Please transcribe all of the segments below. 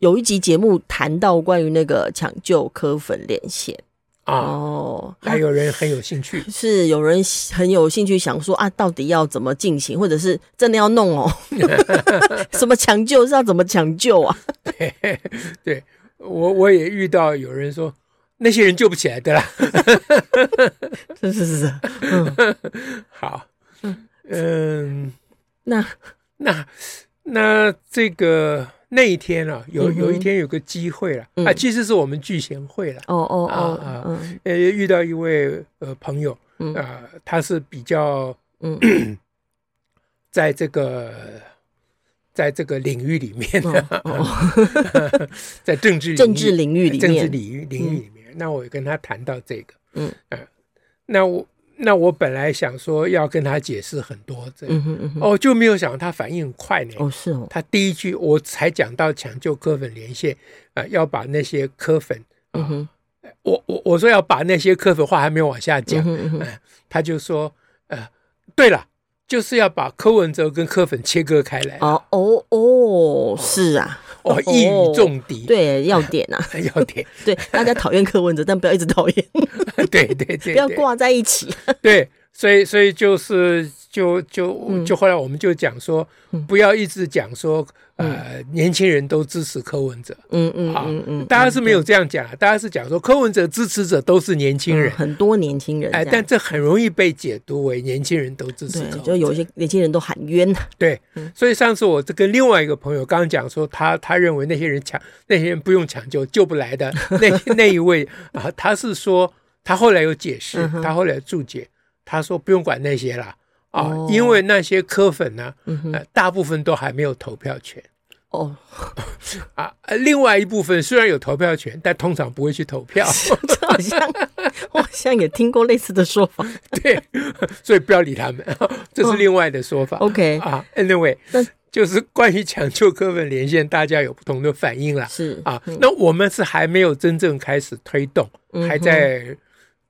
有一集节目谈到关于那个抢救科粉连线啊，哦，还有人很有兴趣。 是有人很有兴趣想说啊，到底要怎么进行，或者是真的要弄 哦？什么抢救是要怎么抢救啊？对我我也遇到有人说那些人救不起来的啦。是是是是，好，嗯，那那那这个那一天啊，有嗯哼有一天有个机会了、啊，嗯其实是我们聚贤会了。哦哦啊哦，嗯呃，遇到一位呃朋友，嗯啊、他是比较嗯 在这个在这个领域里面，哦 哦，在政治政治领领域里政治面，领域领域里面，那我跟他谈到这个，嗯啊、那我那我本来想说要跟他解释很多这个，嗯哼嗯哼，哦，就没有想到他反应很快呢。哦是哦，他第一句我才讲到抢救科粉连线，啊、要把那些科粉，嗯哼我我我说要把那些科粉话还没有往下讲嗯，哼嗯哼，他就说，呃，对了，就是要把柯文哲跟柯粉切割开来，哦，哦哦哦，是啊，一语中的，对，要点啊， 要点，对，大家讨厌柯文哲，但不要一直讨厌，对对对，不 对要，挂在一起。对，所以所以就是就就嗯就后来我们就讲说，不要一直讲说，呃，年轻人都支持柯文哲。嗯嗯啊嗯嗯，大家是没有这样讲啊，大家是讲说柯文哲支持者都是年轻嗯，人很多年轻人这哎，样，但哦这很容易被解读为年轻人都支持柯对，文哲，就有一些年轻人都喊冤呐。对嗯，所以上次我跟另外一个朋友刚刚讲说他，他认为那些人抢那些人不用抢救救不来的 那那一位啊，他是说他后来有解释，嗯哼他后来注解，他说不用管那些啦啊，哦因为那些科粉呢、嗯哼，呃，大部分都还没有投票权哦，啊，呃另外一部分虽然有投票权，但通常不会去投 票，这好像我好像也听过类似的说法。 对，所以不要理他们， 这是另外的说法。 OK，啊，anyway，哦那就是关于抢救科粉连线，大家有不同的反应啦。是啊，那我们是还没有真正开始推动，嗯还哼在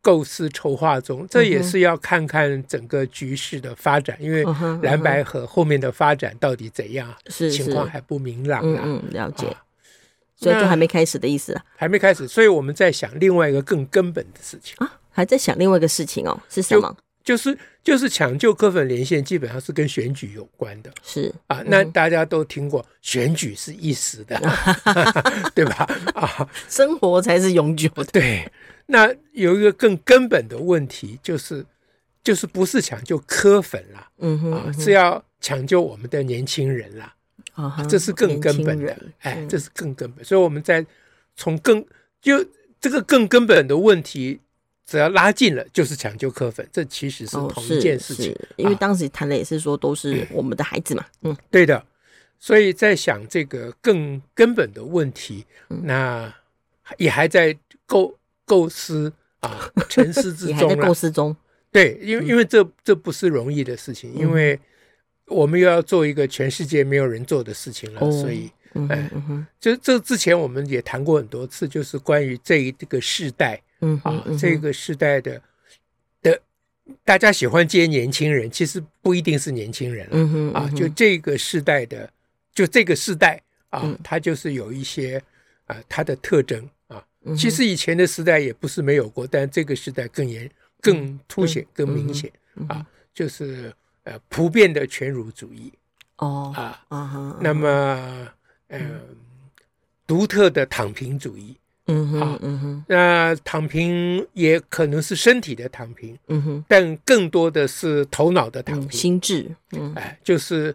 构思筹划中，这也嗯哼是要看看整个局势的发展，因为嗯哼嗯哼蓝白河后面的发展到底怎样，啊是情是况还不明朗嗯啦，嗯，了解啊。所以就那还没开始的意思啊，还没开始，所以我们在想另外一个更根本的事情，啊还在想另外一个事情哦，是什么？就是就是抢救科粉连线基本上是跟选举有关的。是啊，那大家都听过，选举是一时的， 对吧？啊，生活才是永久的。对。那有一个更根本的问题，就是就是不是抢救科粉啦，嗯哼，啊嗯，是要抢救我们的年轻人啦，哼啊哈这是更根年本的轻人，哎，嗯这是更根本。所以我们在从更就这个更根本的问题，只要拉近了，就是抢救科粉，这其实是哦，同一是件事情。是，因为啊当时谈的也是说都是我们的孩子 嘛，嗯，对的，所以在想这个更根本的问题，嗯那也还在构构思啊，沉思 之也还在中构了。思中。对，因为嗯因为这这不是容易的事情，因为我们又要做一个全世界没有人做的事情了，哦所以嗯哎哼嗯哼就这之前我们也谈过很多次，就是关于这一这个世代嗯啊哼，嗯这哼个世代的的大家喜欢接年轻人，其实不一定是年轻人了。嗯哼啊嗯，就哼这个世代的，就这个世代啊嗯，它就是有一些啊它的特征啊。嗯哼其实以前的时代也不是没有过，但这个时代更严、更凸显、更明显嗯哼啊，就是呃普遍的全儒主义哦啊，啊哈，那么呃独特的躺平主义。嗯啊哼嗯哼那躺平也可能是身体的躺平，嗯哼但更多的是头脑的躺嗯，平。心智嗯，哎，就是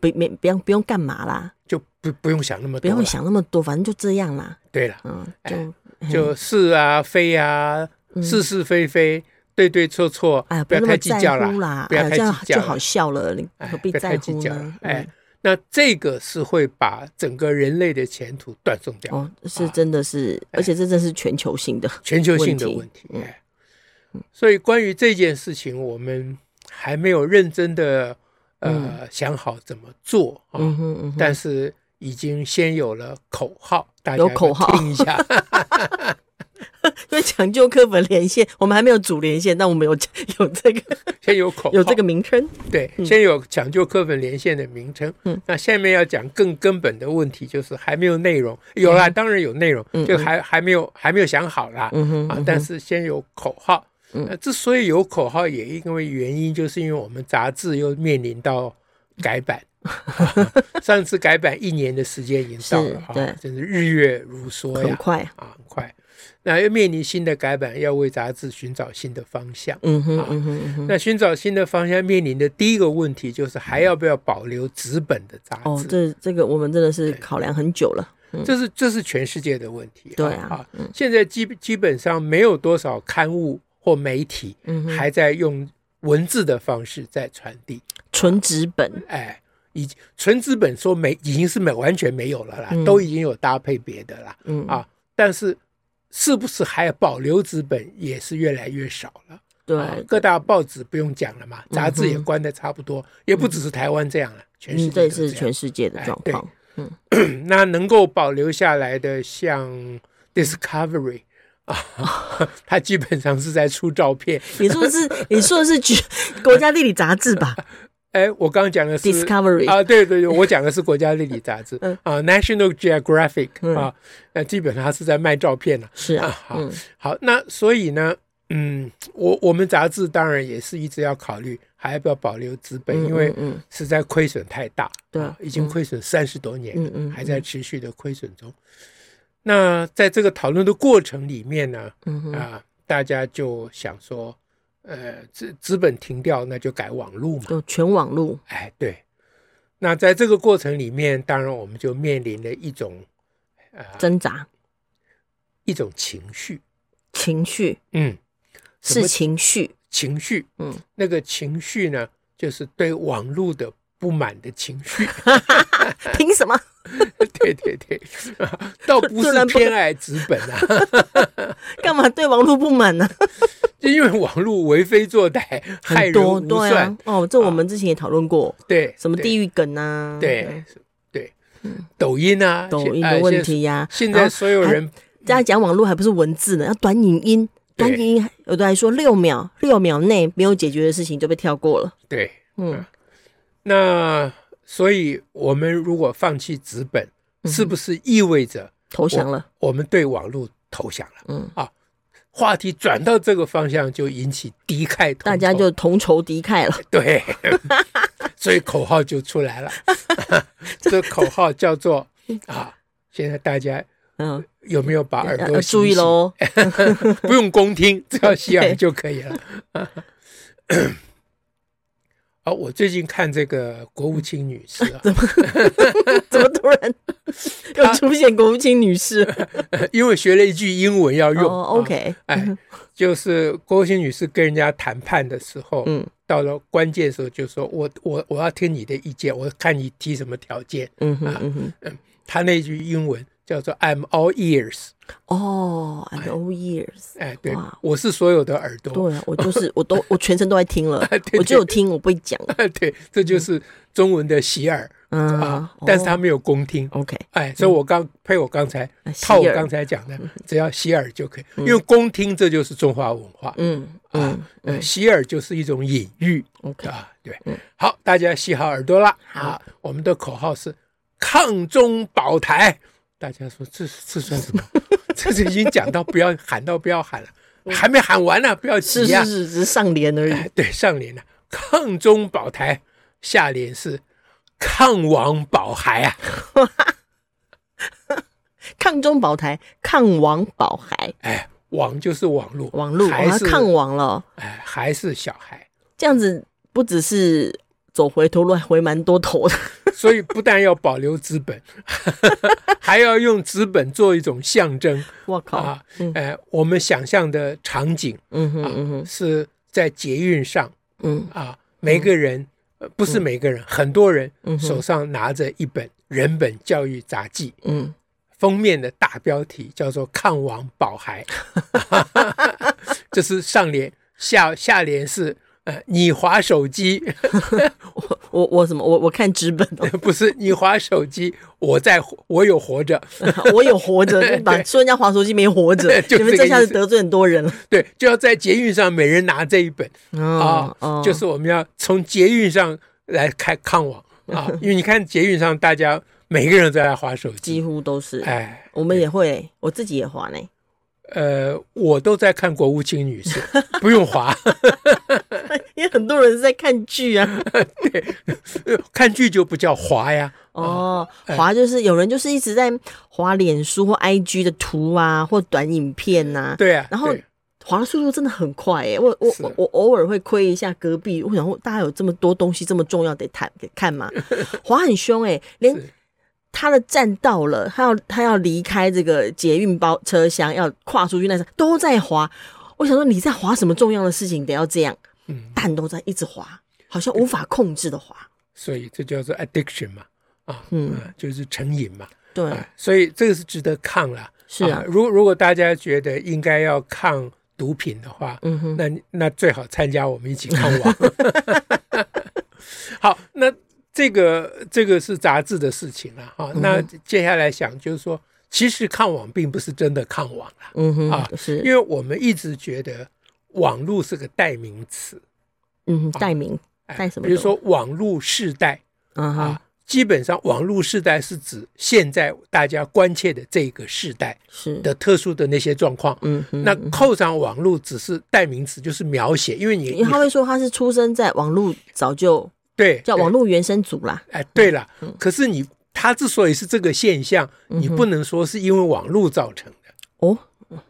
不没不用不用干嘛啦，就不不用想那么不多了用。想那么多，反正就这样啦，对了。嗯，哎就就是啊，非啊，嗯是是非非，对对错错，哎呀不要那么太计在较乎啦，啦，不要哎呀太这样计较就啦好笑了，你哎何必不要在太计乎较了呢？哎嗯，那这个是会把整个人类的前途断送掉，哦，是真的是，哎而且这真是全球性的，全球性的问题。问题嗯哎，所以关于这件事情，我们还没有认真的呃、想好怎么做啊。嗯哼嗯哼，但是已经先有了口号，大家有口号要听一 下。因为抢救课本连线，我们还没有组连线，但我们有有这 个先有口号，有这个名称，对，先有抢救课本连线的名称。嗯那下面要讲更根本的问题，就是还没有内容，有啦，当然有内容，嗯就还还没有还没有想好啦。嗯哼，啊嗯，但哼是先有口号。嗯那之所以有口号，也因为原因，就是因为我们杂志又面临到改 版。上次改版一年的时间已经到了是哈对，真是日月如梭很呀。快，啊，很快。那又面临新的改版，要为杂志寻找新的方向。嗯哼啊嗯哼嗯哼，那寻找新的方向，面临的第一个问题就是还要不要保留纸本的杂哦，志？这这个我们真的是考量很久了，这是这是全世界的问题。对啊，现在基基本上没有多少刊物或媒体嗯哼，还在用文字的方式在传递。纯纸本，哎，已纯纸本说没已经是没完全没有了啦，嗯都已经有搭配别的啦。嗯啊，但是是不是还保留纸本也是越来越少了？啊对，各大报纸不用讲了嘛，杂志也嗯哼关的差不多，也不只是台湾这样了，全嗯，世界这都这是全样。哎嗯世界的状 况，那能够保留下来的，像 Discovery 啊，它基本上是在出照片。你说的是你说的是举国家地理杂志吧哎，我刚刚讲的是？Discovery，啊，对对对，我讲的是国家地理杂志 嗯啊，National Geographic 嗯啊，那基本上它是在卖照片了。是啊啊，好嗯好，那所以呢，嗯，我我们杂志当然也是一直要考虑还要不要保留资本，嗯因为嗯嗯实在亏损太大，对啊已经嗯亏损三十多年了，嗯嗯还在持续的亏损中。那在这个讨论的过程里面呢，嗯哼啊，大家就想说，呃，资资本停掉，那就改网路嘛，就全网路，哎，对。那在这个过程里面，当然我们就面临了一种啊挣扎、一种情绪，情绪嗯，什是么情绪，情绪，嗯，那个情绪呢，就是对网络的不满的 情绪，哎凭什么？对对对， 倒不突是然不偏爱纸本啊， 干嘛对网路不满呢？就因为网络为非作歹，害很人多无对啊算，，哦，这我们之前也讨论过，对，什么对地域梗啊，对对，抖音啊，抖音哎的问，题啊呀、现然在现在后所有人大家讲网络还不是文字呢，要短影音，对短影音有的还说六秒，六秒内没有解决的事情就被跳过了。对，嗯，啊那所以我们如果放弃纸本，嗯是不是意味着投降了，我们对网络投降了？嗯啊，话题转到这个方向就引起敌忾同仇，大家就同仇敌忾了。对， 所以口号就出 来了。这口号叫做啊，现在大家嗯，有没有把耳要朵要呃注意洗一洗？ 喽。不用公 听，只要洗耳对就可以了。啊，我最近看这个国务卿女士 啊，怎么突然又出现国务卿女士？因为学了一句英文要用。哦，OK，哎啊哎，就是郭兴女士跟人家谈判的时候，嗯到了关键时候就说：“我我我要听你的意见，我看你提什么条件。嗯哼嗯哼，”他那句英文叫做 “I'm all ears”，哦，and all years。哎，对哇，我是所有的耳朵，对啊，我就是我都我全程都在听了 对，对我只有听，我不会讲 对，这就是中文的洗耳啊啊。。但是哦他没有公听， OK，哎，所以我刚配我刚才啊套洗我耳嗯刚才讲的，只要洗耳就可以，因为公听这就是中华文化，嗯嗯呃，洗耳就是一种隐喻。 ，OK，嗯啊，对，好，大家系好耳朵啦。啊，我们的口号是“抗中保台”。大家说这这 算什么？这是已经讲到不要喊到不要喊了，还没喊完呢、不要急是呀、嗯是是，只是上联而已。哎， 对，上联呢、抗中保台”，下联是“抗王保孩”啊。抗中保台，抗网保孩，哎，网就是网络，网路还要是抗网了。哎，还是小孩。这样子不只是走回头路，还回蛮多头的。所以不但要保留资本， 还要用资本做一种象征。我靠，啊，嗯呃，我们想象的场景嗯哼嗯哼是在捷运上嗯啊，每个人呃不是每个人，很多人嗯哼手上拿着一本人本教育杂记，嗯，封面的大标题叫做“抗网保孩”， 这是上联，下下联是呃你划手机， 我我我什么？我我看纸本哦，不是你划手机，我在活我有活着，我有活着， 对，就把说人家划手机没活着就你们这这个意下子思得罪很多人了。对，就要在捷运上每人拿这一本啊哦，哦就是我们要从捷运上来开抗网啊，因为你看捷运上大家每个人都在划手几机，乎都是，哎。我们也会嘞，我自己也划嘞。呃，我都在看国务卿女士， 不用划，因为很多人是在看剧啊。看剧就不叫划呀。哦，哎滑就是有人就是一直在滑脸书或 IG 的图啊，或短影片呐、对啊，然后对滑的速度真的很快诶、我我是我我偶尔会窥一下隔壁，我想说大家有这么多东西这么重要得看得看 嘛，滑很凶诶、连是他的站到了，他要他要离开这个捷运包车厢，要跨出去那时候都在滑。我想说你在滑什么重要的事情得要这样，嗯，蛋都在一直滑，好像无法控制的滑。所以这叫做 addiction 嘛，啊，嗯啊就是成瘾嘛，对，啊，所以这个是值得抗了。是啊如如果大家觉得应该要抗毒品的话，嗯哼，那你那最好参加我们一起抗网。 好，那这个这个是杂志的事情了哈、嗯那接下来想就是说，其实抗网并不是真的抗网啦，嗯哼，啊是因为我们一直觉得网络是个代名词，嗯，代名哎代什么比如的说网络世代啊哈，啊，基本上网络世代是指现在大家关切的这个世代是，的特殊的那些状况。嗯哼，那扣上网络只是代名词，就是描写，因为你因为他你会说他是出生在网络，早就对叫对网络原生族啦。哎，对了，嗯可是你它之所以是这个现象，你不能说是因为网络造成的，哦，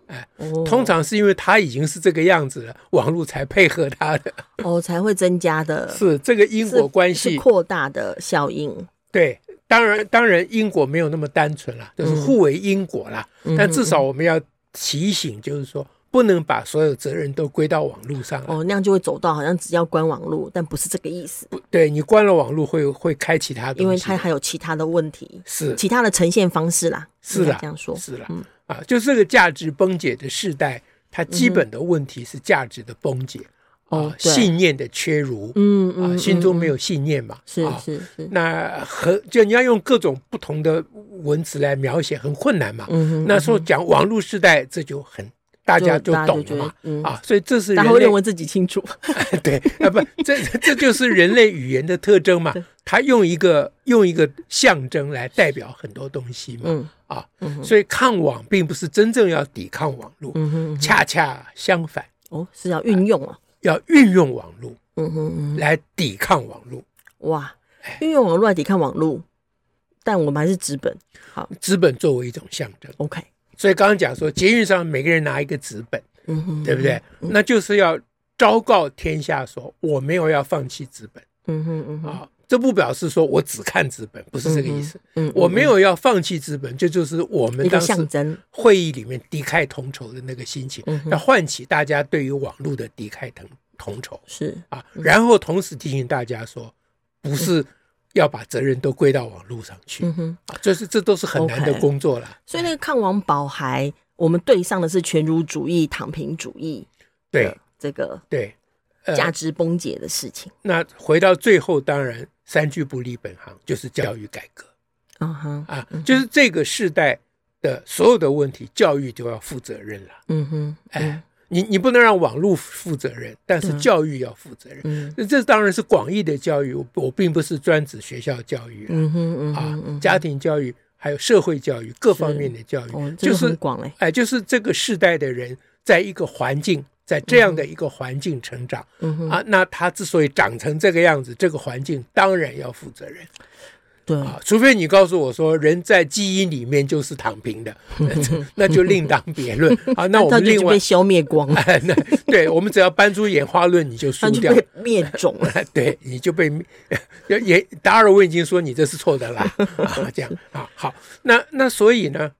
哎哦，通常是因为它已经是这个样子了，网络才配合 它的，哦才会增加的是这个因是果关是系。扩大的效应。对，当然当然因果没有那么单纯啦，嗯就是互为因果啦，但至少我们要提醒，就是说不能把所有责任都归到网络上了。哦，那样就会走到好像只要关网络，但不是这个意思，对你关了网络会会开其他东西，因为它还有其他的问题，是其他的呈现方式啦。是应啦该这样说。嗯是啦，啊，就这个价值崩解的时代，它基本的问题是价值的崩解，嗯哦啊，对信念的缺如，嗯啊，嗯，心中没有有信念嘛，是啊，是是，那和就你要用各种不同的文词来描写，很困难嘛。嗯哼，那时候讲网络时代，这就很大家就懂觉得了嘛，，嗯，啊，所以这是大人家会认类为自己清楚。 对啊不，这这就是人类语言的特征 嘛对，它用一个用一个象征来代表很多东西嘛，嗯啊，嗯哼所以抗网并不是真正要抵抗网络，嗯哼， 嗯哼恰恰相反，哦是要运用哦。要运用网络嗯哼嗯哼，来抵抗网络。哇，运用网络来抵抗网络，但我们还是纸本。好纸本作为一种象征， ，OK，所以刚刚讲说，捷运上每个人拿一个纸本，嗯哼，对不对？？那就是要昭告天下说，我没有要放弃纸本嗯哼嗯哼，啊。这不表示说我只看纸本，不是这个意思。嗯，我没有要放弃资本，这就是我们一个当时象征。会议里面敌忾同仇的那个心情嗯，哼要唤起大家对于网络的敌忾同同仇是，啊，然后同时提醒大家说，不是要把责任都归到网络上去嗯哼，啊，这是这都是很难的 OK 工作了。所以那个抗网保孩，我们对上的是全儒主义、躺平主义对这个对，价呃，值崩解的事情。那回到最后，当然三句不离本行，就是教育改革嗯哼，啊，就是这个世代的所有的问题，教育就要负责任了。嗯哼，哎，你你不能让网络负责任，但是对教育要负责任。嗯这这当然是广义的教育，我我并不是专指学校教育嗯哼嗯啊，哼嗯家庭教育还有社会教育各方面的教育，哼，哦，这就个很是广嘞。哎，就是这个世代的人在一个环境，在这样的一个环境成长、嗯哼，啊，那他之所以长成这个样子，这个环境当然要负责任对，啊，除非你告诉我说人在基因里面就是躺平的，嗯 那就另当别 论啊。那我他们就已另经外被消灭光了， 哎，那对我们只要搬出演化论，你就输他就掉了被。 灭种了。 对，你就被也达尔文已经说你这是错的 啦啊，这样啊，好，那那所以呢，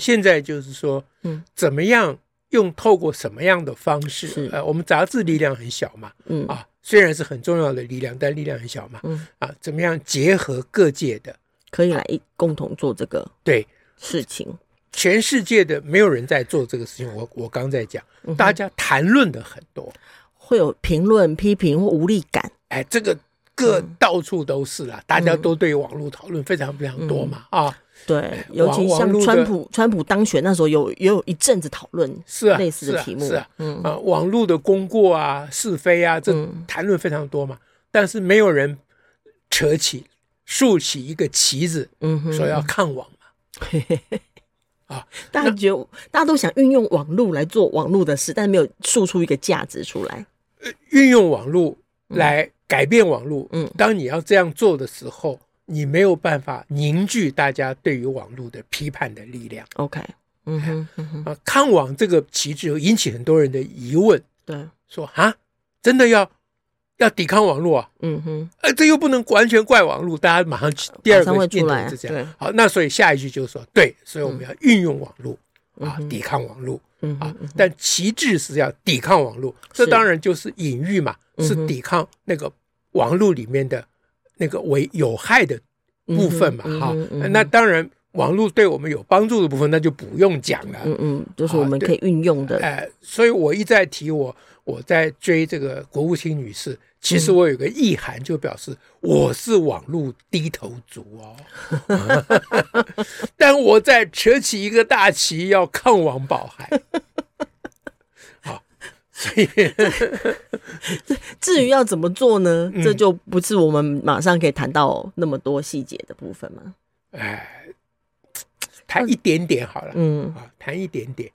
现在就是说，嗯，怎么样用透过什么样的方式是？呃，我们杂志力量很小嘛，嗯啊，虽然是很重要的力量，但力量很小嘛。嗯啊，怎么样结合各界的？可以来一共同做这个对，事情。全世界的没有人在做这个事情。我我刚在讲，嗯大家谈论的很多，会有评论、批评或无力感，哎，这个各嗯到处都是啦，大家都对网络讨论非常非常多嗯嘛。啊，对，尤其网像络的川普，川普当选那时候有也有一阵子讨论是啊，类似是的啊题目，是啊，嗯，啊，网络的功过啊、是非啊，这嗯谈论非常多嘛。但是没有人扯起、竖起一个旗子，嗯哼，说 要抗网嘛。啊大家觉得大家都想运用网络来做网络的事，但是没有输出一个价值出来。运用网络来改变网络。嗯当你要这样做的时候，你没有办法凝聚大家对于网络的批判的力量 OK，嗯哼，嗯哼，啊。抗网这个旗帜引起很多人的疑问，对，说啊，真的要要抵抗网络啊？嗯哼，呃，这又不能完全怪网络，大家马上去第二马上个会出念头来是这对样。好，那所以下一句就是说，对，所以我们要运用网络、嗯啊，哼抵抗网络嗯啊哼，。但旗帜是要抵抗网络，这是当然就是隐喻嘛，是嗯哼抵抗那个网络里面的那个为有害的部分嘛。嗯哼哈嗯哼嗯，哼那当然，网络对我们有帮助的部分，那就不用讲了。嗯嗯，就是我们可以运用的，啊哎、所以我一再提我我在追这个国务卿女士，其实我有个意涵，就表示我是网络低头族哦， 但我在扯起一个大旗要抗网保海。好，所以至于要怎么做呢？嗯这就不是我们马上可以谈到那么多细节的部分嘛。哎，谈一点点好了，嗯啊，谈一点点，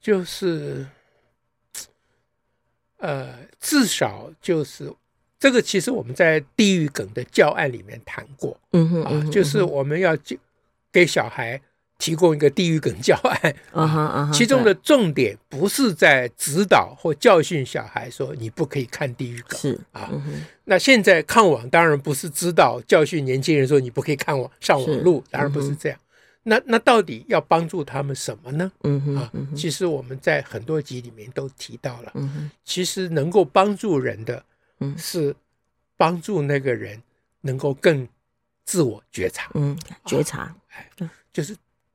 就是，呃，至少就是这个，其实我们在地狱梗的教案里面谈过嗯哼，啊嗯，哼就是我们要就给小孩提供一个地狱梗教案，啊哈啊哈，其中的重点不是在指导或教训小孩说你不可以看地狱对梗。是啊嗯哼那现在看网当然不是指导教训年轻人说你不可以看网上网路，嗯当然不是这样。那那到底要帮助他们什么呢？嗯哼啊，其实我们在很多集里面都提到了，嗯哼其实能够帮助人的嗯，是帮助那个人能够更自我觉察，嗯，觉察，就是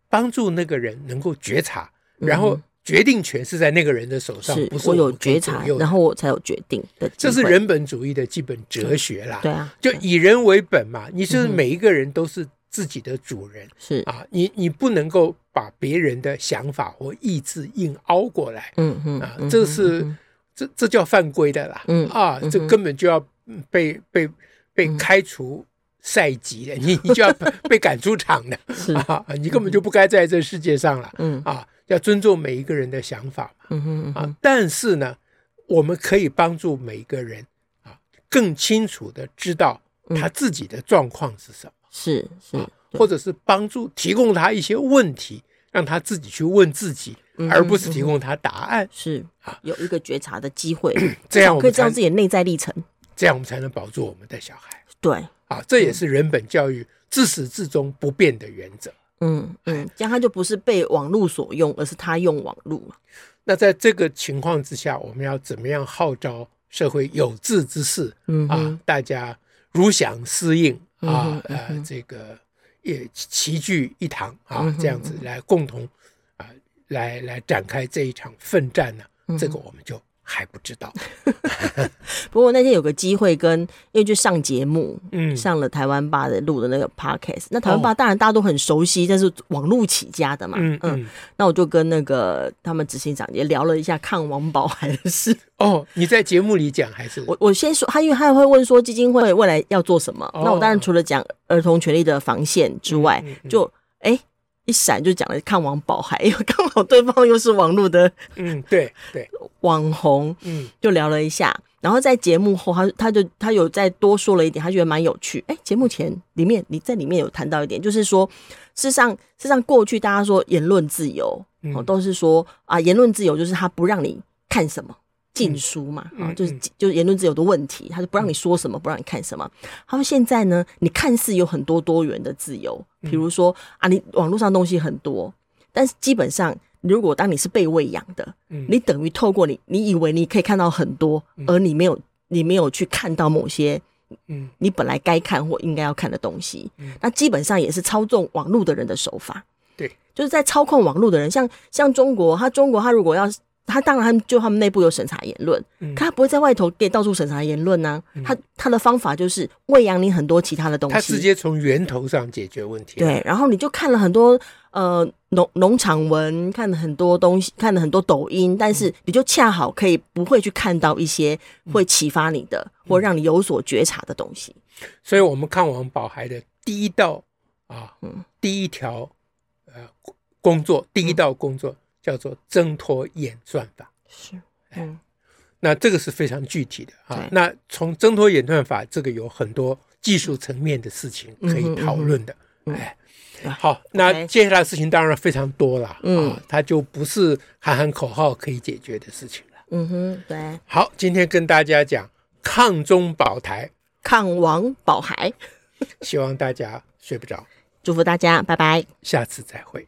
帮助那个人能够觉察，嗯然后决定权是在那个人的手上，是不是我有们可觉以左察右，的然后我才有决定的机这是会人本主义的基本哲学啦，对啊，就对以人为本嘛，你就是嗯哼每一个人都是自己的主人，是啊，你你不能够把别人的想法或意志硬凹过来嗯哼啊，嗯这哼是嗯这这叫犯规的啦，嗯啊，这嗯哼根本就要嗯被被被嗯开除赛籍的，你你就要 被赶出场的哼嗯是 啊，你根本就不该在这世界上了嗯啊，要尊重每一个人的想法嘛嗯哼嗯哼啊，但是呢，我们可以帮助每一个人啊，更清楚的知道嗯他自己的状况是什么。是是啊，对或者是帮助提供他一些问题，让他自己去问自己，嗯而不是提供他答案。是啊有一个觉察的机会， 这样我可以们知才道自己的内在历程。这样我们才能保住我们的小孩对，啊！这嗯也是人本教育自始至终不变的原则。嗯嗯，这样他就不是被网络所用，而是他用网络啊嘛。那在这个情况之下，我们要怎么样号召社会有志之士嗯啊，大家如享思应啊嗯哼，嗯呃，这个也齐聚一堂嗯啊哼，这样子来共同啊，来来展开这一场奋战呢、嗯这个我们就还不知道。不过那天有个机会跟，因为就上节目，嗯上了台湾爸的录的那个 podcast。那台湾哦爸当然大家都很熟悉，但是网络起家的嘛。嗯嗯，那我就跟那个他们执行长也聊了一下抗王保海的事。哦，你在节目里讲还是我我先说，他因为他会问说基金会未来要做什么。哦那我当然除了讲儿童权利的防线之外，嗯嗯嗯就哎、一闪就讲了看王宝海，因为刚好对方又是网络的嗯，对对，网红，嗯就聊了一下。然后在节目后，他他就他有再多说了一点，他觉得蛮有趣。哎，节目前里面你在里面有谈到一点，就是说，事实上事实上过去大家说言论自由，嗯哦，都是说啊，言论自由就是他不让你看什么禁书嘛，嗯啊，就是嗯就是言论自由的问题，他就不让你说什么，不让你看什么。他说现在呢，你看似有很多多元的自由，嗯比如说啊，你网络上东西很多，但是基本上如果当你是被喂养的，嗯你等于透过你，你以为你可以看到很多，而你没有你没有去看到某些嗯你本来该看或应该要看的东西嗯，那基本上也是操纵网络的人的手法。对，就是在操控网络的人，像像中国，他中国他如果要他当然他们就他们内部有审查言论，嗯可他不会在外头给到处审查言论呐、嗯他他的方法就是喂养你很多其他的东西，他直接从源头上解决问题。，对，然后你就看了很多呃农农场文，看了很多东西，看了很多抖音，但是你就恰好可以不会去看到一些会启发你的、或让你有所觉察的东西。所以我们看王宝海的第一道啊嗯，第一条呃工作，第一道工作叫做挣脱演算法。是，嗯，那这个是非常具体的啊对。那从挣脱演算法，这个有很多技术层面的事情可以讨论嗯的。嗯哼嗯哼哎嗯，好，那接下来的事情当然非常多了，嗯啊，它就不是喊喊口号可以解决的事情了。嗯哼，对，好，今天跟大家讲抗中保台，抗王保孩，希望大家睡不着，祝福大家，拜拜。下次再会。